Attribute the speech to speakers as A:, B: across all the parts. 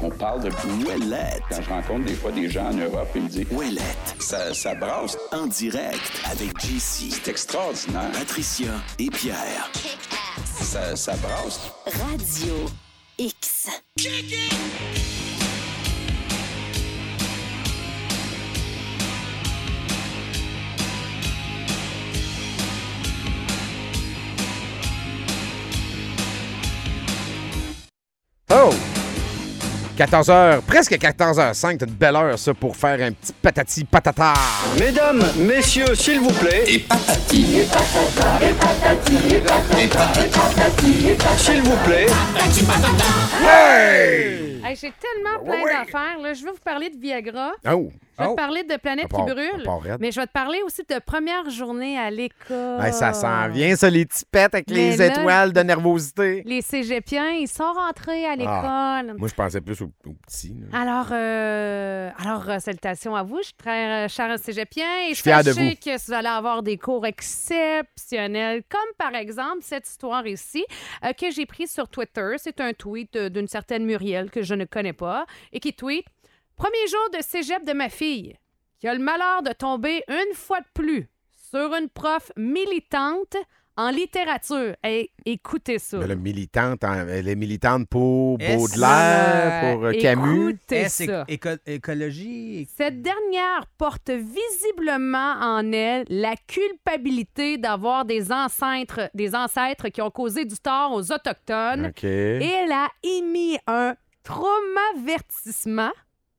A: On parle de
B: Ouellette.
A: Quand je rencontre des fois des gens en Europe, ils me disent
B: Ouellette.
A: ça, ça brasse,
B: En direct avec JC,
A: c'est extraordinaire,
B: Patricia et Pierre.
A: ça, ça brasse.
C: Radio X.
D: Oh! 14h, presque 14h05, t'as une belle heure, ça, pour faire un petit patati patata.
E: Mesdames, messieurs, s'il vous plaît. Et patati. Et patata. Et patati. Et patati. S'il vous plaît.
F: Hey, J'ai tellement plein
D: ouais.
F: d'affaires. là. Je vais vous parler de Viagra.
D: Oh!
F: Je vais
D: Oh.
F: te parler de Planète
D: Ça part-
F: qui
D: ça
F: brûle.
D: part raide.
F: mais je vais te parler aussi de première journée à l'école.
D: Hey, Ben, ça s'en vient, ça, les tipettes avec
F: Mais
D: les
F: là-
D: étoiles de nervosité.
F: Les cégepiens, ils sont rentrés
D: Ah.
F: à l'école.
D: Moi, je pensais plus aux, aux petits. là.
F: Alors, euh, alors, euh, salutations à vous. Je suis très euh, cher cégepien et
D: suis fier de
F: sachez
D: vous.
F: que vous allez avoir des cours exceptionnels, comme par exemple cette histoire ici euh, que j'ai prise sur Twitter. C'est un tweet euh, d'une certaine Muriel que je ne connais pas et qui tweet Premier jour de cégep de ma fille, qui a le malheur de tomber une fois de plus sur une prof militante en littérature. Hey, écoutez ça.
D: Mais la militante, en- elle est militante pour
G: Est-ce-
D: Baudelaire, pour euh, Camus.
F: Écoutez
G: Eh, c'est
F: ça.
G: éco- écologie.
F: Cette dernière porte visiblement en elle la culpabilité d'avoir des ancêtres, des ancêtres qui ont causé du tort aux Autochtones.
D: OK.
F: Et elle a émis un traumavertissement.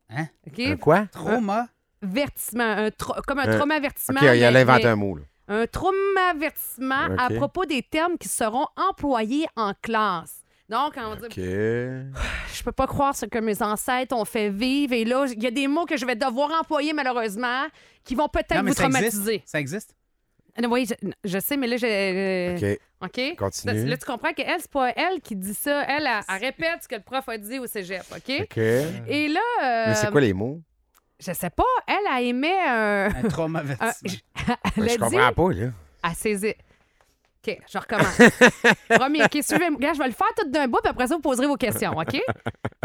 G: Hein?
F: OK?
D: Un quoi?
G: Trauma.
F: Vertissement, un tra- comme un
D: Euh,
F: traumavertissement.
D: OK, il
F: mais-
D: a inventé
F: mais-
D: un mot. là.
F: un traumavertissement à
D: OK.
F: propos des termes qui seront employés en classe. Donc, on dit,
D: OK.
F: je peux pas croire ce que mes ancêtres ont fait vivre. Et là, il y a des mots que je vais devoir employer malheureusement qui vont peut-être
G: Non, mais
F: vous
G: ça
F: traumatiser.
G: existe. Ça existe.
F: Ah, non, Oui, je, je sais, mais là, j'ai.
D: OK.
F: OK? Là,
D: Continue.
F: là, tu comprends que elle, c'est pas elle qui dit ça. Elle, elle, elle répète ce que le prof a dit au cégep, OK?
D: OK. Mais
F: Et là, euh,
D: c'est quoi les mots?
F: je sais pas, elle a aimé un...
G: Un trauma vertigineux.
F: Elle
D: Ben, je
F: a dit-
D: comprends pas, là.
F: à saisir. OK, je recommence. Premier, OK, suivez-moi. Regarde, je vais le faire tout d'un bout, puis après ça, vous poserez vos questions, OK?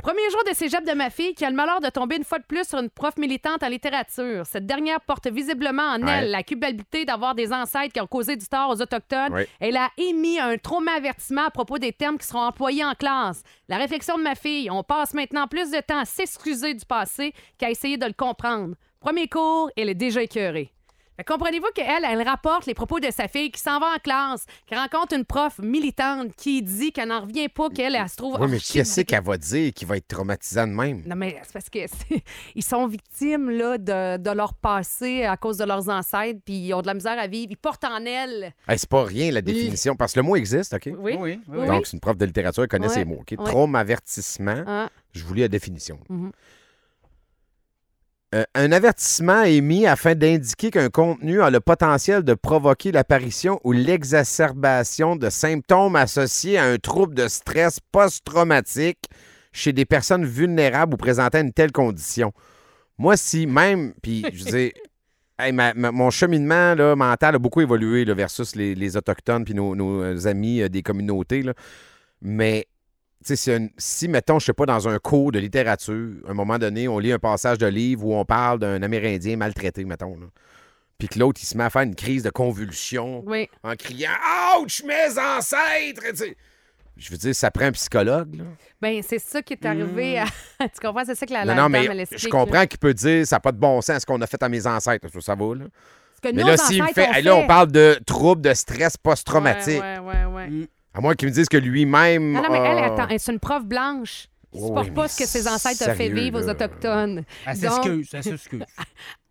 F: Premier jour de cégep de ma fille qui a le malheur de tomber une fois de plus sur une prof militante en littérature. Cette dernière porte visiblement en
D: Ouais.
F: elle la culpabilité d'avoir des ancêtres qui ont causé du tort aux Autochtones.
D: Ouais.
F: Elle a émis un traumavertissement à propos des termes qui seront employés en classe. La réflexion de ma fille, on passe maintenant plus de temps à s'excuser du passé qu'à essayer de le comprendre. Premier cours, elle est déjà écœurée. Fait que Comprenez-vous qu'elle, elle rapporte les propos de sa fille qui s'en va en classe, qui rencontre une prof militante qui dit qu'elle n'en revient pas, qu'elle elle se trouve.
D: Oui, mais
F: archi-
D: qu'est-ce qu'elle va dire qui va être traumatisant de même?
F: Non, mais c'est parce que c'est- ils sont victimes là, de, de leur passé à cause de leurs ancêtres, puis ils ont de la misère à vivre. Ils portent en elle.
D: Hey, c'est pas rien, la définition, parce que le mot existe, OK?
F: Oui.
G: Oui, oui,
F: Oui.
G: oui.
D: Donc, c'est une prof de littérature, elle connaît
F: Ouais,
D: ses mots. OK?
F: ouais.
D: Traumavertissement,
F: Hein?
D: je vous lis la définition.
F: Mhm.
D: Euh, un avertissement émis afin d'indiquer qu'un contenu a le potentiel de provoquer l'apparition ou l'exacerbation de symptômes associés à un trouble de stress post-traumatique chez des personnes vulnérables ou présentant une telle condition. Moi, si même, puis je dis, mon cheminement là, mental a beaucoup évolué là, versus les, les Autochtones puis nos, nos amis euh, des communautés, là. mais tu sais, si, un- si, mettons, je sais pas, dans un cours de littérature, à un moment donné, on lit un passage de livre où on parle d'un Amérindien maltraité, mettons, là. puis que l'autre, il se met à faire une crise de convulsion
F: Oui.
D: en criant « Ouch, mes ancêtres! » Tu sais, Je veux dire, ça prend un psychologue, là.
F: Ben, c'est ça qui est arrivé. à- tu comprends? C'est ça que la
D: Hmm. Non,
F: la
D: non,
F: dame,
D: mais
F: elle
D: je
F: explique, là.
D: comprends qu'il peut dire ça n'a pas de bon sens ce qu'on a fait à mes ancêtres. Ça, ça va, là.
F: Ce que
D: Mais
F: nos
D: là, s'il me
F: ancêtres
D: fait.
F: ont
D: hey, Là, on parle de troubles de stress
F: Ouais,
D: post-traumatique.
F: ouais, ouais, ouais.
D: À moins qu'il me dise que lui-même.
F: Non, non, mais elle,
D: a-
F: attends, elle, c'est une prof blanche. qui
D: Ouais,
F: supporte
D: ouais, Oh. mais
F: pas ce que ses ancêtres ont fait
D: sérieux,
F: vivre aux
D: là.
F: Autochtones.
G: Elle
F: Donc-
G: s'excuse. Elle s'excuse.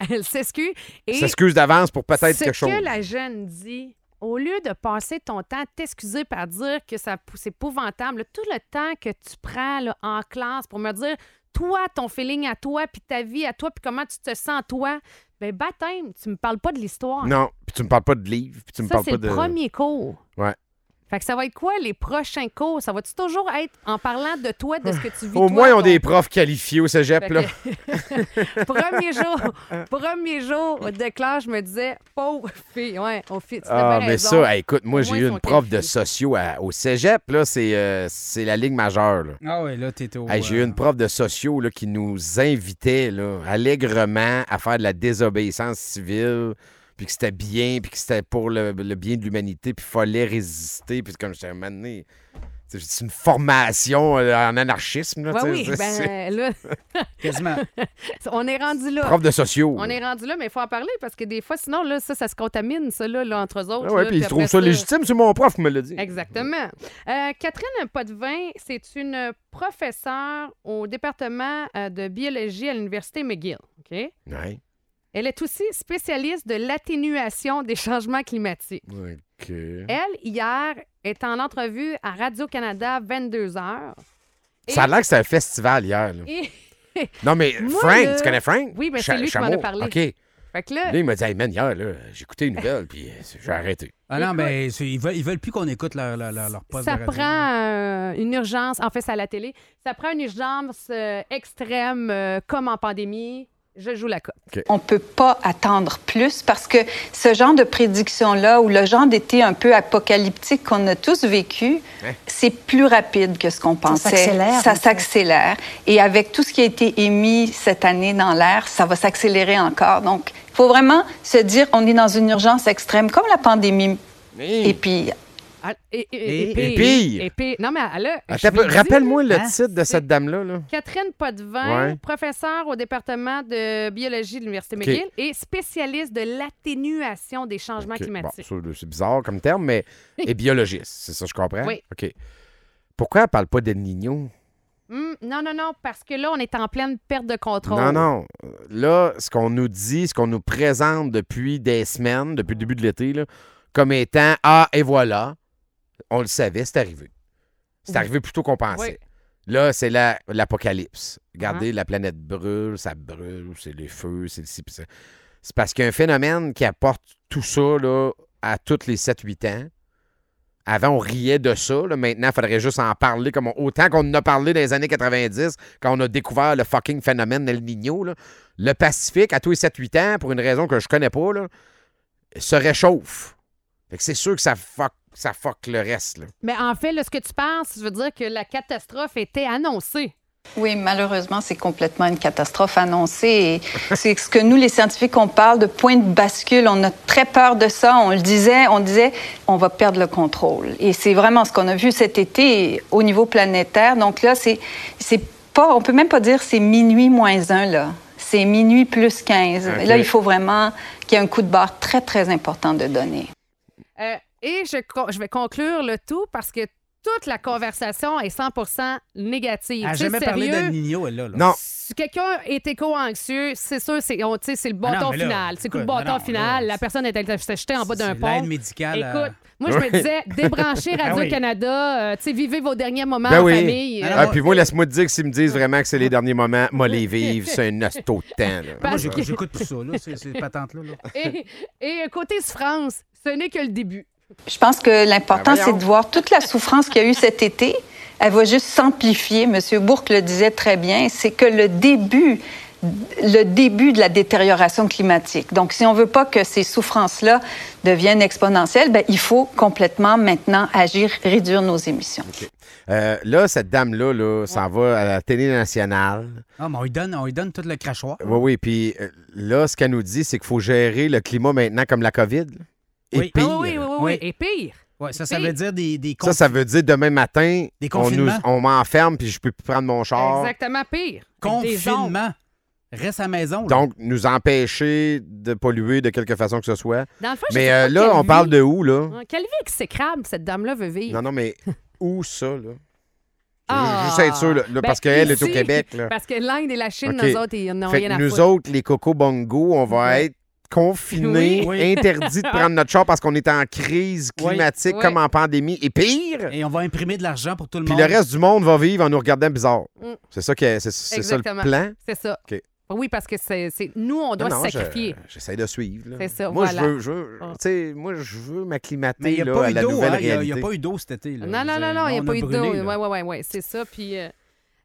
F: Elle s'excuse. Et
D: s'excuse d'avance pour peut-être
F: ce
D: quelque chose.
F: que la jeune dit, au lieu de passer ton temps à t'excuser par dire que ça, c'est épouvantable, là, tout le temps que tu prends là, en classe pour me dire, toi, ton feeling à toi, puis ta vie à toi, puis comment tu te sens toi, ben baptême, tu me parles pas de l'histoire.
D: Non, puis tu me parles pas de livre, puis tu me
F: Ça,
D: parles
F: c'est
D: pas
F: le
D: de.
F: premier cours.
D: Ouais.
F: Fait que ça va être quoi les prochains cours? Ça va-tu toujours être en parlant de toi, de ce que tu vis?
D: Au
F: toi,
D: moins, ils ont
F: ton- Ben,
D: des profs qualifiés au cégep,
F: Fait
D: là.
F: que- premier jour, premier jour de classe, je me disais, pauvre fille, ouais, on fit. tu
D: Ah,
F: avais
D: mais
F: raison.
D: ça, hey, écoute, moi,
F: Au
D: j'ai
F: moins,
D: eu
F: ils
D: une
F: sont
D: prof de
F: qualifiés.
D: sociaux à- au cégep, là. C'est euh, c'est la ligue majeure, là.
G: Ah ouais, là, t'étais au.
D: Hey, J'ai
F: euh,
D: eu une prof de sociaux là, qui nous invitait là, allègrement à faire de la désobéissance civile, puis que c'était bien, puis que c'était pour le, le bien de l'humanité, puis fallait résister, puis comme je t'ai mené. C'est une formation euh, en anarchisme. Là,
F: Ouais,
D: tu sais,
F: oui,
D: c'est- c'est-
F: ben là,
G: Quasiment.
F: on est rendu là.
D: Prof de sociaux.
F: On est rendu là, mais il faut en parler parce que des fois, sinon, là, ça, ça se contamine, ça, là, là, entre eux autres.
D: Ah ouais,
F: là,
D: puis il
F: après
D: trouve ça légitime, c'est mon prof qui me l'a dit.
F: Exactement. Euh, Catherine Potvin, c'est une professeure au département euh, de biologie à l'Université McGill. OK?
D: Ouais.
F: Elle est aussi spécialiste de l'atténuation des changements climatiques.
D: OK.
F: Elle, hier, est en entrevue à Radio-Canada 22 heures. Et-
D: Ça a l'air que c'était un festival hier. là.
F: Et...
D: Non, mais
F: Moi,
D: Frank,
F: là-
D: tu connais Frank?
F: Oui, mais c'est
D: Cha-
F: lui qui m'en a
D: Chameau.
F: parlé.
D: OK. Lui,
F: Fait que là,
D: il m'a dit, hey, man, hier, là, j'ai écouté une nouvelle, puis euh, j'ai arrêté.
G: Ah non, mais c'est- ils veulent, ils veulent plus qu'on écoute leur, leur, leur, leur poste
F: ça
G: de radio.
F: prend euh, une urgence, en fait, c'est à la télé, ça prend une urgence euh, extrême, euh, comme en pandémie. Je joue la cote.
H: On ne peut pas attendre plus parce que ce genre de prédiction-là ou le genre d'été un peu apocalyptique qu'on a tous vécu, c'est plus rapide que ce qu'on pensait.
C: s'accélère, en
H: Ça
C: fait.
H: s'accélère. Et avec tout ce qui a été émis cette année dans l'air, ça va s'accélérer encore. Donc, il faut vraiment se dire on est dans une urgence extrême, comme la pandémie. Et puis,
F: Ah, et, et-
G: Et-
F: épée,
D: et pire.
F: hein, épée. Non, mais elle a.
D: Attends
F: je
D: un peu,
F: vous le dis,
D: Ah, Rappelle-moi le
F: hein,
D: titre de
F: c'est
D: cette dame-là. Là.
F: Catherine Potvin,
D: Ouais.
F: professeure au département de biologie de l'Université
D: OK.
F: McGill et spécialiste de l'atténuation des changements
D: OK, bon,
F: climatiques.
D: ça, c'est bizarre comme terme, mais. Et biologiste, c'est ça, je comprends?
F: Oui.
D: OK. Pourquoi elle parle pas d'El Niño?
F: Hum, non, non, non, parce que là, on est en pleine perte de contrôle.
D: Non, non. Là, ce qu'on nous dit, ce qu'on nous présente depuis des semaines,
F: Mm.
D: depuis le début de l'été, là, comme étant Ah, et voilà, on le savait, c'est arrivé. C'est arrivé plus tôt qu'on pensait. Là, c'est la- l'apocalypse. Regardez, la planète brûle, ça brûle, c'est les feux, c'est le ci, puis ça. C'est parce qu'il y a un phénomène qui apporte tout ça là, à tous les 7-8 ans. Avant, on riait de ça. là. Maintenant, il faudrait juste en parler comme on- autant qu'on en a parlé dans les années 90, quand on a découvert le fucking phénomène El Niño. là. Le Pacifique, à tous les 7-8 ans, pour une raison que je connais pas, là, se réchauffe. Fait que c'est sûr que ça fuck, ça fuck le reste. là.
F: Mais en fait, là, ce que tu penses, je veux dire que la catastrophe était annoncée.
H: Oui, malheureusement, c'est complètement une catastrophe annoncée. Et c'est ce que nous, les scientifiques, on parle de point de bascule. On a très peur de ça. On le disait, on disait, on va perdre le contrôle. Et c'est vraiment ce qu'on a vu cet été au niveau planétaire. Donc là, c'est, c'est pas, on peut même pas dire c'est minuit moins un, là. C'est minuit plus 15.
D: Ok.
H: Là, il faut vraiment qu'il y ait un coup de barre très, très important de donner.
F: Euh, et je, con- je vais conclure le tout parce que toute la conversation est 100 négative.
G: Elle n'a
F: Tu sais,
G: jamais parlé
F: sérieux,
G: d'El Nino, elle, là. là.
D: Non,
F: Si quelqu'un est éco-anxieux, c'est sûr, c'est on- tu sais, c'est le
G: Ah non,
F: bâton
G: mais là,
F: final. C'est que le
G: écoute,
F: bâton
G: non, non, là,
F: final, la
G: c'est-
F: personne est est jetée en bas d'un
G: C'est L'aide
F: pont.
G: médicale. euh,
F: Écoute, moi, je me disais, débranchez Radio-Canada, euh, tu sais, vivez vos derniers moments
D: Ben
F: en
D: oui.
F: famille. euh,
G: Alors,
D: Ah, puis moi, laisse-moi te dire que s'ils me disent vraiment que c'est les derniers moments, moi, les vivre, c'est un hosto de temps. là.
G: Moi,
F: parce
G: j'écoute- j'écoute tout ça, là, ces, ces patentes-là. là.
F: et, et euh, côté France, ce n'est que le début.
H: Je pense que l'important,
D: Ben voyons.
H: c'est de voir toute la souffrance qu'il y a eu cet été. Elle va juste s'amplifier. Monsieur Bourque le disait très bien. C'est que le début, le début de la détérioration climatique. Donc, si on veut pas que ces souffrances-là deviennent exponentielles, ben, il faut complètement maintenant agir, réduire nos émissions.
D: Euh, là, cette dame-là là, s'en va à la télé nationale.
G: Ah, mais on lui donne, on lui donne tout le crachoir.
D: Oui, oui. Puis euh, là, ce qu'elle nous dit, c'est qu'il faut gérer le climat maintenant comme la COVID. là. Et
G: Oui.
D: pire.
F: Ah oui, oui, oui, oui,
G: Oui.
F: Et pire.
G: Ouais, ça, ça
F: Puis-
G: veut dire des, des
D: Ça, ça veut dire demain matin,
G: Des
D: on, nous,
G: confinements.
D: on m'enferme puis je peux plus prendre mon char.
F: Exactement pire. Avec des ondes.
G: confinements. Reste à la maison. là.
D: Donc, nous empêcher de polluer de quelque façon que ce soit.
F: Dans le fond, je
D: Mais
F: sais pas
D: euh, là,
F: quelle
D: on
F: vie-
D: parle de où, là?
F: Ah, Quelle vie exécrable cette dame-là veut vivre.
D: Non, non, mais où ça, là? Je veux
F: Ah.
D: Juste être sûr, là, là,
F: Ben,
D: parce qu'elle est au
F: ici,
D: Québec. Là.
F: Parce que l'Inde et la Chine,
D: OK.
F: nous autres, ils n'ont
D: Fait
F: rien
D: que
F: à
D: nous
F: foutre.
D: autres, les Coco Bongo, on va être confinés,
G: Oui. Oui.
D: interdits de prendre notre char parce qu'on est en crise
G: Oui.
D: climatique
F: Oui.
D: comme en pandémie. Et pire,
G: Et on va imprimer de l'argent pour tout le
D: puis
G: monde.
D: le reste du monde va vivre en nous regardant bizarre.
F: Mm.
D: C'est ça, que, c'est, c'est ça le
F: Exactement.
D: plan.
F: C'est ça.
D: OK.
F: Pour Oui, parce que c'est, c'est- nous, on doit
D: Non, non,
F: se
D: je-
F: sacrifier.
D: J'essaie de suivre. là.
F: C'est ça,
D: moi,
F: voilà.
D: je veux, je veux,
F: Ah.
D: tu sais, moi, je veux
G: Mais
D: m'acclimater
G: il n'y a,
D: là,
G: pas
D: à
G: eu
D: la
G: d'eau,
D: nouvelle
G: hein, il y a- il
D: réalité.
G: y a pas eu d'eau cet été. là.
F: Non,
G: Je
F: non,
G: veux
F: non,
G: dire,
F: non, il n'y a
G: on
F: pas eu d'eau.
G: brûlé,
F: Oui,
G: là.
F: oui, oui, oui, c'est ça. Puis euh,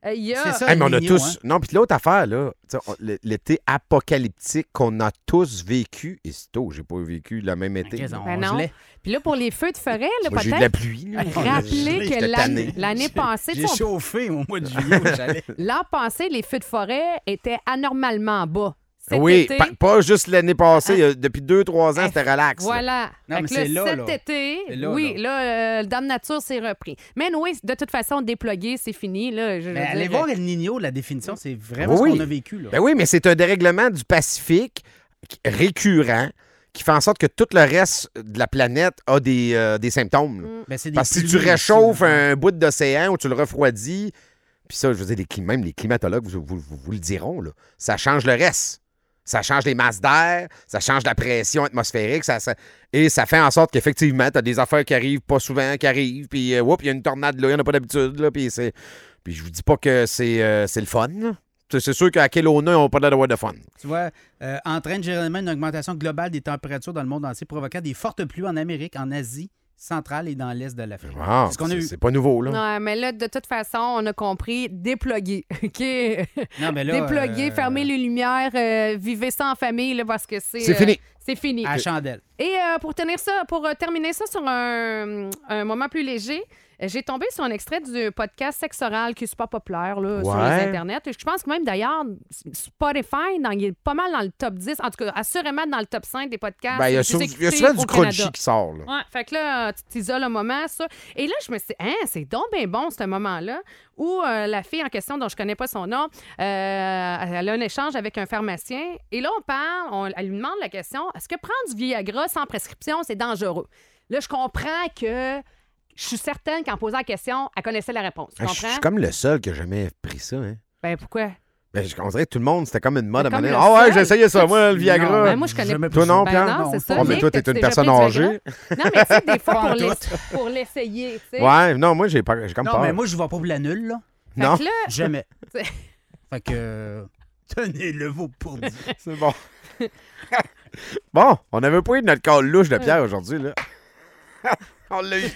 F: euh, il y a.
G: C'est ça. hein.
D: Hey, mais on a
G: El Niño,
D: tous. Non, puis l'autre affaire, là, tu sais, on- l- l'été apocalyptique qu'on a tous vécu, et c'est tôt, j'ai pas vécu le même été.
G: Qu'est-ce
D: là.
G: qu'on
F: Ben non.
G: gelait?
F: Puis là, pour les feux de forêt, là,
D: Moi, j'ai eu de la
F: peut-être.
D: pluie. là.
G: Hey, on a gelé,
F: Rappelez que
D: j'étais
F: l'année,
D: tanné.
F: l'année passée, tu
G: J'ai
F: sais, on-
G: chauffé au mois de juillet au chalet.
F: l'an passé, les feux de forêt étaient anormalement bas. Cet
D: oui,
F: été,
D: pa- pas juste l'année passée, il y a- depuis deux, trois ans,
F: Hey,
D: c'était relax. là.
F: Voilà.
G: Non,
F: Fait
G: mais
F: que
G: c'est là,
F: cet
G: là.
F: été,
G: C'est là,
F: oui, là, euh, Dame Nature s'est repris. Mais oui, de toute façon, déploguer, c'est fini. Là, je, je
G: Mais
F: veux
G: allez
F: dire, euh,
G: voir El Nino, la définition, c'est vraiment
D: Oui.
G: ce qu'on a vécu. Là.
D: Ben oui, mais c'est un dérèglement du Pacifique qui- récurrent qui fait en sorte que tout le reste de la planète a des, euh, des symptômes.
F: Mm.
D: là.
G: Ben, c'est des
D: Parce que si tu
G: pluies
D: réchauffes
G: aussi, là.
D: un bout d'océan ou tu le refroidis, puis ça, je veux dire, les clim- même les climatologues vous, vous- vous- vous le diront, là, ça change le reste. Ça change les masses d'air, ça change la pression atmosphérique, ça, ça- et ça fait en sorte qu'effectivement, tu as des affaires qui arrivent pas souvent, qui arrivent, puis euh, oups, il y a une tornade là, il n'y en a pas d'habitude, là, puis c'est. Puis je vous dis pas que c'est euh, c'est le fun. là. C'est c'est sûr qu'à Kelowna, on n'a pas d'avoir de fun.
G: Tu vois, euh, entraîne généralement une augmentation globale des températures dans le monde entier, provoquant des fortes pluies en Amérique, en Asie centrale et dans l'est de l'Afrique.
D: Wow,
G: C'est ce Ah, qu'on a eu.
D: c'est pas nouveau, là.
F: Non, euh, mais là, de toute façon, on a compris, déploguer, OK?
G: Non, mais là,
F: déploguer,
G: euh,
F: fermer les lumières, euh, vivez ça en famille, là, parce que c'est...
D: C'est
F: euh,
D: fini.
F: C'est fini.
G: À la chandelle.
F: Et euh, pour, tenir ça, pour euh, terminer ça sur un, un moment plus léger, euh, j'ai tombé sur un extrait du podcast Sexe oral qui est super populaire là, sur
D: Ouais.
F: les internets. Et je pense que même d'ailleurs, Spotify, dans- il est pas mal dans le top 10, en tout cas, assurément dans le top 5 des podcasts.
D: Ben, il y a,
F: les
D: sou-
F: plus
D: il y a
F: écoutés
D: souvent du
F: au Canada.
D: crunchy qui sort, là.
F: Ouais, fait que là, tu t'isoles un moment, ça. Et là, je me suis dit, hein, c'est donc bien bon, ce moment-là, où euh, la fille en question, dont je connais pas son nom, euh, elle a un échange avec un pharmacien. Et là, on parle, on, elle lui demande la question est-ce que prendre du Viagra sans prescription, c'est dangereux Là, je comprends que. Je suis certaine qu'en posant la question, elle connaissait la réponse. Tu
D: Ah, Je je
F: comprends?
D: suis comme le seul qui a jamais pris ça, hein.
F: Ben pourquoi?
D: Ben, je- on dirait que tout le monde, c'était comme une mode à
F: Ben, Comme
D: manière.
F: le
D: Ah ouais,
F: seul.
D: j'ai essayé ça, moi, le
G: Non,
D: Viagra.
F: Ben, moi, je connais
G: jamais
D: Toi
G: pris
D: non,
G: ça.
D: Pierre?
F: Ben non, c'est ça.
D: Ah, mais
F: Nick,
D: toi, t'es
F: t'as-tu
D: une
F: déjà
D: personne
F: pris du Viagra?
D: âgée.
F: Non, mais tu sais, des fois, pour
G: Pas en
F: l'ess-
G: tout.
F: pour l'essayer, tu sais.
D: Ouais, non, moi, j'ai pas- j'ai comme
G: Non,
D: peur.
G: mais moi, je ne vais pas pour la nulle, là.
F: Fait
D: non.
F: que là,
G: Jamais.
F: C'est-
G: fait que. euh, Tenez-le vous pour dire.
D: C'est bon. bon, on avait pas eu notre corps louche de Pierre aujourd'hui, là. on l'a eu.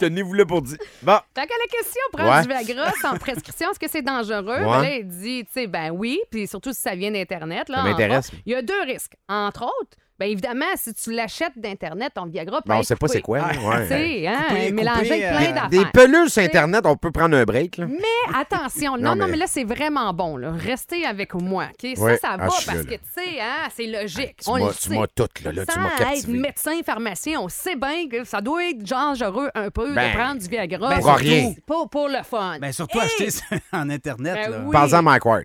D: Tenez-vous-le pour dire. Bon,
F: Fait que la question, prendre
D: Ouais.
F: du Viagra sans prescription, est-ce que c'est dangereux?
D: Ouais.
F: Ben Là, il dit, tu sais, ben oui, puis surtout si ça vient d'Internet. là,
D: Ça
F: en
D: m'intéresse.
F: bas, Il y a deux risques. Entre autres, bien évidemment, si tu l'achètes d'Internet, ton Viagra peut
D: ben, on
F: être
D: sait pas
F: coupé.
D: c'est quoi. là,
F: Tu
D: ouais.
F: sais, hein,
G: Coupé,
F: mélangé
G: coupé,
F: avec
G: euh,
F: plein
G: des-
F: d'affaires.
D: Des pelules sur
F: Tu sais.
D: Internet, on peut prendre un break, là.
F: Mais attention, non,
D: Non,
F: non, mais,
D: mais-
F: là, c'est vraiment bon. Là. Restez avec moi. OK?
D: Ouais.
F: Ça, ça
D: Ah,
F: va
D: je suis
F: parce
D: là,
F: que,
D: là. Ah,
F: tu sais, hein, c'est logique.
D: Tu
F: on
D: m'as-
F: le
D: tu
F: sait.
D: m'as toute, là, là, tu
F: Sans
D: m'as
F: être
D: captivé.
F: médecin, pharmacien, on sait bien que ça doit être dangereux un peu
D: Ben,
F: de prendre du Viagra.
G: ben,
D: Pour rien.
F: Pour, pour le fun.
G: Ben, surtout acheter ça en Internet,
F: Ben
G: là.
F: oui.
D: Parle-en à Mike Ward.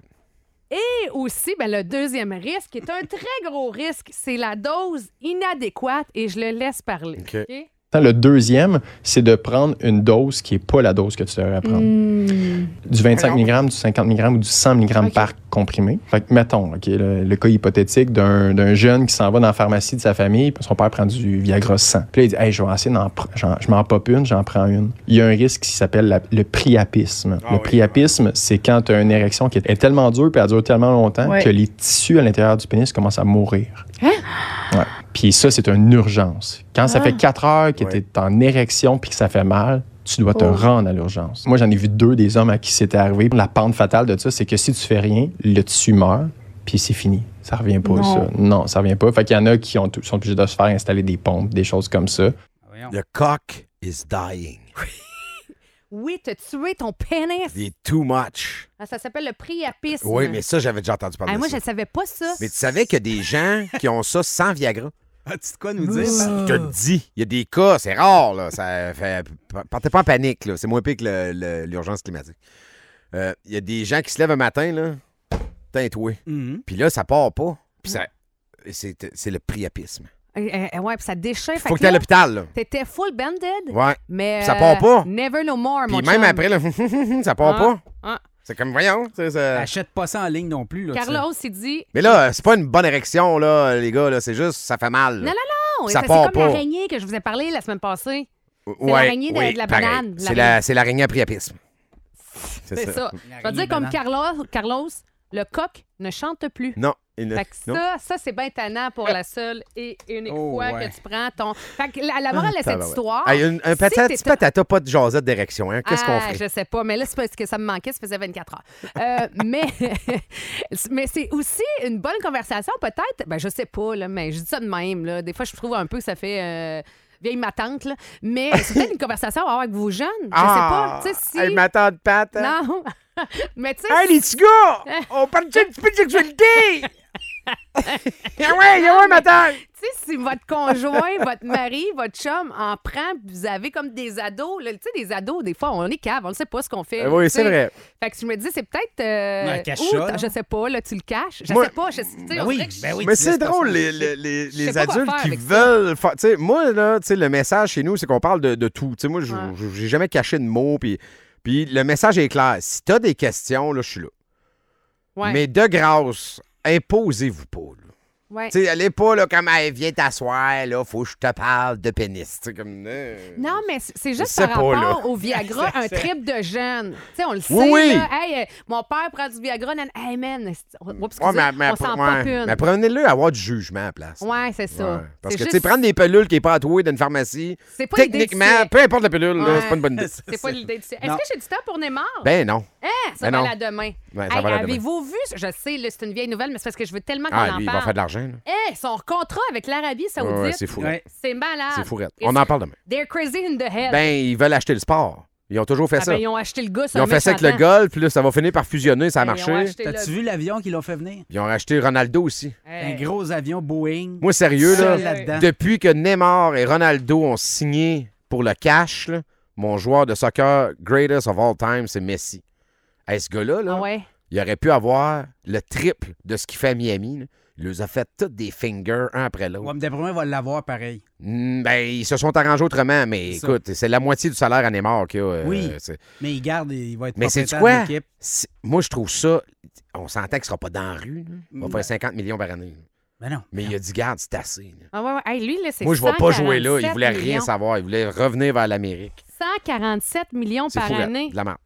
F: Et aussi, ben, le deuxième risque, qui est un très gros risque, c'est la dose inadéquate et je le laisse parler.
D: OK.
F: OK?
I: Le deuxième, c'est de prendre une dose qui n'est pas la dose que tu devrais prendre. Du 25 mg, du 50 mg ou du 100 mg par comprimé. Fait que, mettons, OK, le, le cas hypothétique d'un d'un jeune qui s'en va dans la pharmacie de sa famille, puis son père prend du Viagra 100. Puis là, il dit Hey, je vais essayer d'en pr- j'en- Je m'en pop une, j'en prends une. Il y a un risque qui s'appelle la- le priapisme. le priapisme, c'est quand tu as une érection qui est tellement dure puis elle dure tellement longtemps que les tissus à l'intérieur du pénis commencent à mourir. Ouais. Puis ça, c'est une urgence. Quand ça fait 4 heures que
D: Ouais.
I: tu en érection puis que ça fait mal, tu dois te rendre à l'urgence. Moi, j'en ai vu deux des hommes à qui c'était arrivé. La pente fatale de ça, c'est que si tu fais rien, le tissu meurt, puis c'est fini. Ça revient pas, ça. Non, ça revient pas. Fait qu'il y en a qui ont, sont obligés de se faire installer des pompes, des choses comme ça.
G: Voyons.
D: The cock is dying.
F: Oui, t'as tué ton pénis.
D: Il est too much.
F: Ah, Ça s'appelle le priapisme.
D: Oui, mais ça, j'avais déjà entendu parler
F: Ah,
D: de
F: moi, je
D: ça.
F: ne savais pas ça.
D: Mais tu savais qu'il y a des gens qui ont ça sans Viagra?
G: Ah, tu sais quoi nous dire?
D: Je
F: euh,
D: te le dis, il y a des cas, c'est rare, là. Ça fait... Partez pas en panique, là. C'est moins pire que le- le- l'urgence climatique. Euh, Il y a des gens qui se lèvent un matin, là. Tintoué.
G: Mhm.
D: Puis là, ça part pas. Puis ça. C'est c'est le priapisme.
F: Euh, euh, ouais, puis ça déchire. Fait
D: Faut que
F: que
D: t'ailles à
F: là,
D: l'hôpital, là.
F: T'étais full banded,
D: Ouais.
F: mais. euh,
D: Ça part pas.
F: Never no more,
D: Puis
F: mon
D: même
F: chum.
D: après, là, ça part
F: Ah,
D: pas.
F: ah.
D: C'est comme, voyons. tu sais, ça-
G: Achète pas ça en ligne non plus, là. tu sais.
F: Carlos, il dit.
D: Mais là, euh, c'est pas une bonne érection, là, les gars, là. C'est juste, ça fait mal.
F: Non, non, non,
D: Ça
F: Ah, c'est
D: part
F: comme
D: pas.
F: l'araignée que je vous ai parlé la semaine passée.
D: C'est
F: l'araignée de- de la banane,
D: C'est
F: l'araignée.
D: la- c'est l'araignée à priapisme.
F: C'est ça. Je vais
G: L'araignée
F: dire comme
G: banane.
F: Carlos, Carlos, Le coq ne chante plus.
D: Non. il ne-
F: Fait que
D: non.
F: ça, ça c'est bien tannant pour la seule et unique
G: Oh,
F: fois
G: ouais.
F: que tu prends ton. Fait que la, la morale de cette
D: Tabarouette.
F: histoire.
D: Hey, une- un
F: si
D: patate,
F: t'es-
D: petit patata, pas de jasette d'érection. Hein? Qu'est-ce qu'on
F: Ah,
D: fait?
F: Je sais pas, mais là, c'est parce que ça me manquait, ça faisait 24 heures. Euh, mais mais c'est aussi une bonne conversation, peut-être. Ben, je sais pas, là, mais je dis ça de même. Là. Des fois, je trouve un peu que ça fait. euh, Vieille ma tante, là. Mais c'est peut-être une conversation à avoir avec vos jeunes. Je
D: Ah!
F: sais pas. Tu sais, si.
D: Hey, ma tante Pat. hein?
F: Non. mais tu sais.
D: Hey, les petits gars! On parle un petit peu de sexualité! Ah ouais, ah ouais, ma tante!
F: Tu sais, si votre conjoint, votre mari, votre chum en prend, puis vous avez comme des ados. là, Tu sais, des ados, des fois, on est cave, on ne sait pas ce qu'on fait.
D: Euh, oui,
F: tu
D: c'est
F: sais.
D: vrai.
F: Fait que je me dis, c'est peut-être. euh,
G: Ouais, cache
F: ou
G: ça,
F: t'as-
G: là.
F: je sais pas, là, tu le caches. Je
D: Moi-
F: sais pas. Je, tu sais, on
G: oui,
F: dirait que je-
G: ben oui.
D: Mais
G: tu
D: c'est
G: laisses
D: drôle,
G: personne.
D: les, les- les- les
F: sais pas quoi
D: adultes
F: faire
D: qui
F: avec ça.
D: veulent. faire- Tu sais, moi, là, tu sais, le message chez nous, c'est qu'on parle de, de tout. Tu sais, moi, je-
F: Ouais.
D: je- j'ai jamais caché de mots. Puis, puis le message est clair. Si t'as des questions, là, je suis là.
F: Ouais,
D: Mais de grâce, imposez-vous pas, là.
F: ouais.
D: Tu sais, allez pas, là, comme, hey, viens t'asseoir, là, faut que je te parle de pénis. Tu sais, comme. euh,
F: Non, mais c'est- c'est juste
D: sais
F: par
D: pas, là.
F: rapport au Viagra, un trip de jeunes. Tu sais, on le sait.
D: oui.
F: là. Hey, euh, mon père prend du Viagra. nan- Hey, man. c'est- Oups,
D: Ouais,
F: excusez,
D: mais, mais-
F: on s'en
D: ouais.
F: pop une.
D: Mais prenez-le à avoir du jugement à la place.
F: Ouais, c'est ça.
D: Ouais. Parce
F: C'est
D: que, tu sais,
F: juste-
D: prendre des pilules qui n'est pas atouée d'une pharmacie,
F: C'est pas l'idée de
D: techniquement,
F: se-
D: peu importe la pilule, là,
F: Ouais.
D: c'est pas une bonne idée.
F: C'est pas l'idée de ça. Est-ce
G: Non.
F: que j'ai du temps pour Neymar?
D: Ben non.
F: Hein, ça
D: Ben
F: va
D: non.
F: la demain.
D: Ouais, ça
F: Hey,
D: va la demain.
F: Avez-vous vu? Je sais, là, c'est une vieille nouvelle, mais c'est parce que je veux tellement qu'on
D: Ah,
F: en
D: lui, il va
F: parle.
D: faire de l'argent. là.
F: Hey, son contrat avec l'Arabie Saoudite,
D: Ouais, c'est fou.
G: Ouais.
F: c'est malade.
D: C'est fourrette.
F: Et
D: On
F: c'est-
D: en parle demain.
F: They're crazy in the head.
D: Ben, ils veulent acheter le sport. Ils ont toujours fait
F: Ah,
D: ça.
F: ben, ils ont acheté le gars, c'est
D: Ils
F: un
D: ont fait ça avec le
F: méchant.
D: golf, puis là, ça va finir par fusionner, ça a
F: Ben, ils ont
D: marché.
F: acheté le-
G: T'as-tu vu l'avion qu'ils l'ont fait venir?
D: Ils ont acheté Ronaldo aussi.
F: Hey.
G: Un gros avion Boeing.
D: Moi, sérieux,
G: seul
D: là,
G: là-dedans.
D: depuis que Neymar et Ronaldo ont signé pour le cash, là, mon joueur de soccer greatest of all time, c'est Messi. Hey, ce gars-là, là,
F: Ah ouais.
D: il aurait pu avoir le triple de ce qu'il fait à Miami. là. Il les a fait toutes des fingers, un après l'autre.
G: Ouais, mais d'après moi, il va l'avoir pareil.
D: Mm, ben, ils se sont arrangés autrement, mais
G: C'est ça.
D: écoute, c'est la moitié du salaire à Neymar qu'il y a. euh,
G: Oui.
D: c'est-
G: Mais il garde, il va être
D: Mais c'est
G: propriétaire
D: quoi?
G: de l'équipe.
D: C'est- Moi, je trouve ça. On s'entend qu'il sera pas dans la rue. là. Il va
G: Mm.
D: faire 50 millions par année. là.
G: Mais non.
D: Mais il a dit, garde, c'est assez. là.
F: Ah ouais, ouais. Hey, lui, là, c'est
D: Moi, je vais pas jouer là. Il
F: 147
D: voulait rien
F: millions.
D: savoir. Il voulait revenir vers l'Amérique.
F: 147 millions
D: C'est
F: par
D: fou, là,
F: année.
D: de la merde.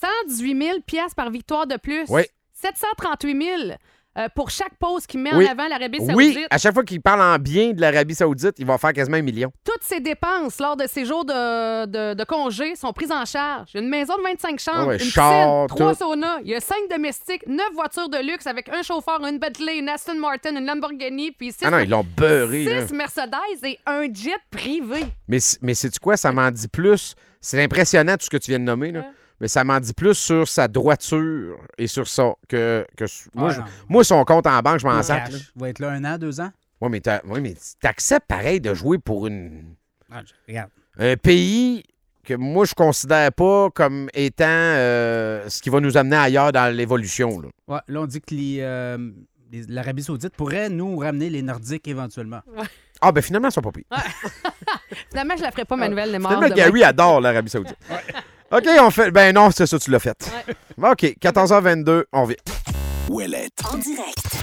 F: 118 000 piastres par victoire de plus.
D: Oui.
F: 738 000 euh, pour chaque pause qu'il met
D: Oui.
F: en avant l'Arabie
D: Oui,
F: Saoudite.
D: à chaque fois qu'il parle en bien de l'Arabie Saoudite, il va faire quasiment un million.
F: Toutes ses dépenses lors de ses jours de, de, de congé sont prises en charge. Une maison de 25 chambres,
D: Ah ouais,
F: une
D: char,
F: piscine, trois
D: tout.
F: saunas, il y a cinq domestiques, neuf voitures de luxe avec un chauffeur, une Bentley, une Aston Martin, une Lamborghini, puis six,
D: Ah non, ils l'ont beurré. là.
F: six Mercedes et un jet privé.
D: Mais, c- mais sais-tu quoi? Ça m'en dit plus. C'est impressionnant tout ce que tu viens de nommer, là. Mais ça m'en dit plus sur sa droiture et sur ça que, que su- moi,
G: Ouais,
D: je-
G: non.
D: moi, son compte en banque, je m'en sac.
G: Cash. Il va être là un an, deux ans.
D: Oui, mais t'as- ouais, mais t'acceptes pareil de jouer pour une,
G: Ah, je- regarde.
D: un pays que moi, je considère pas comme étant euh, ce qui va nous amener ailleurs dans l'évolution. là.
G: Ouais, là, on dit que les, euh, les- l'Arabie Saoudite pourrait nous ramener les Nordiques éventuellement.
D: Ah, ben finalement, ils sont pas pris.
F: Finalement, je la ferai pas,
D: Ah,
F: ma nouvelle de mort.
D: Finalement,
F: demain.
D: Gary adore l'Arabie Saoudite. OK, on fait. Ben non, c'est ça, tu l'as fait. OK, 14h22, on vient.
B: Ouellette.
C: En direct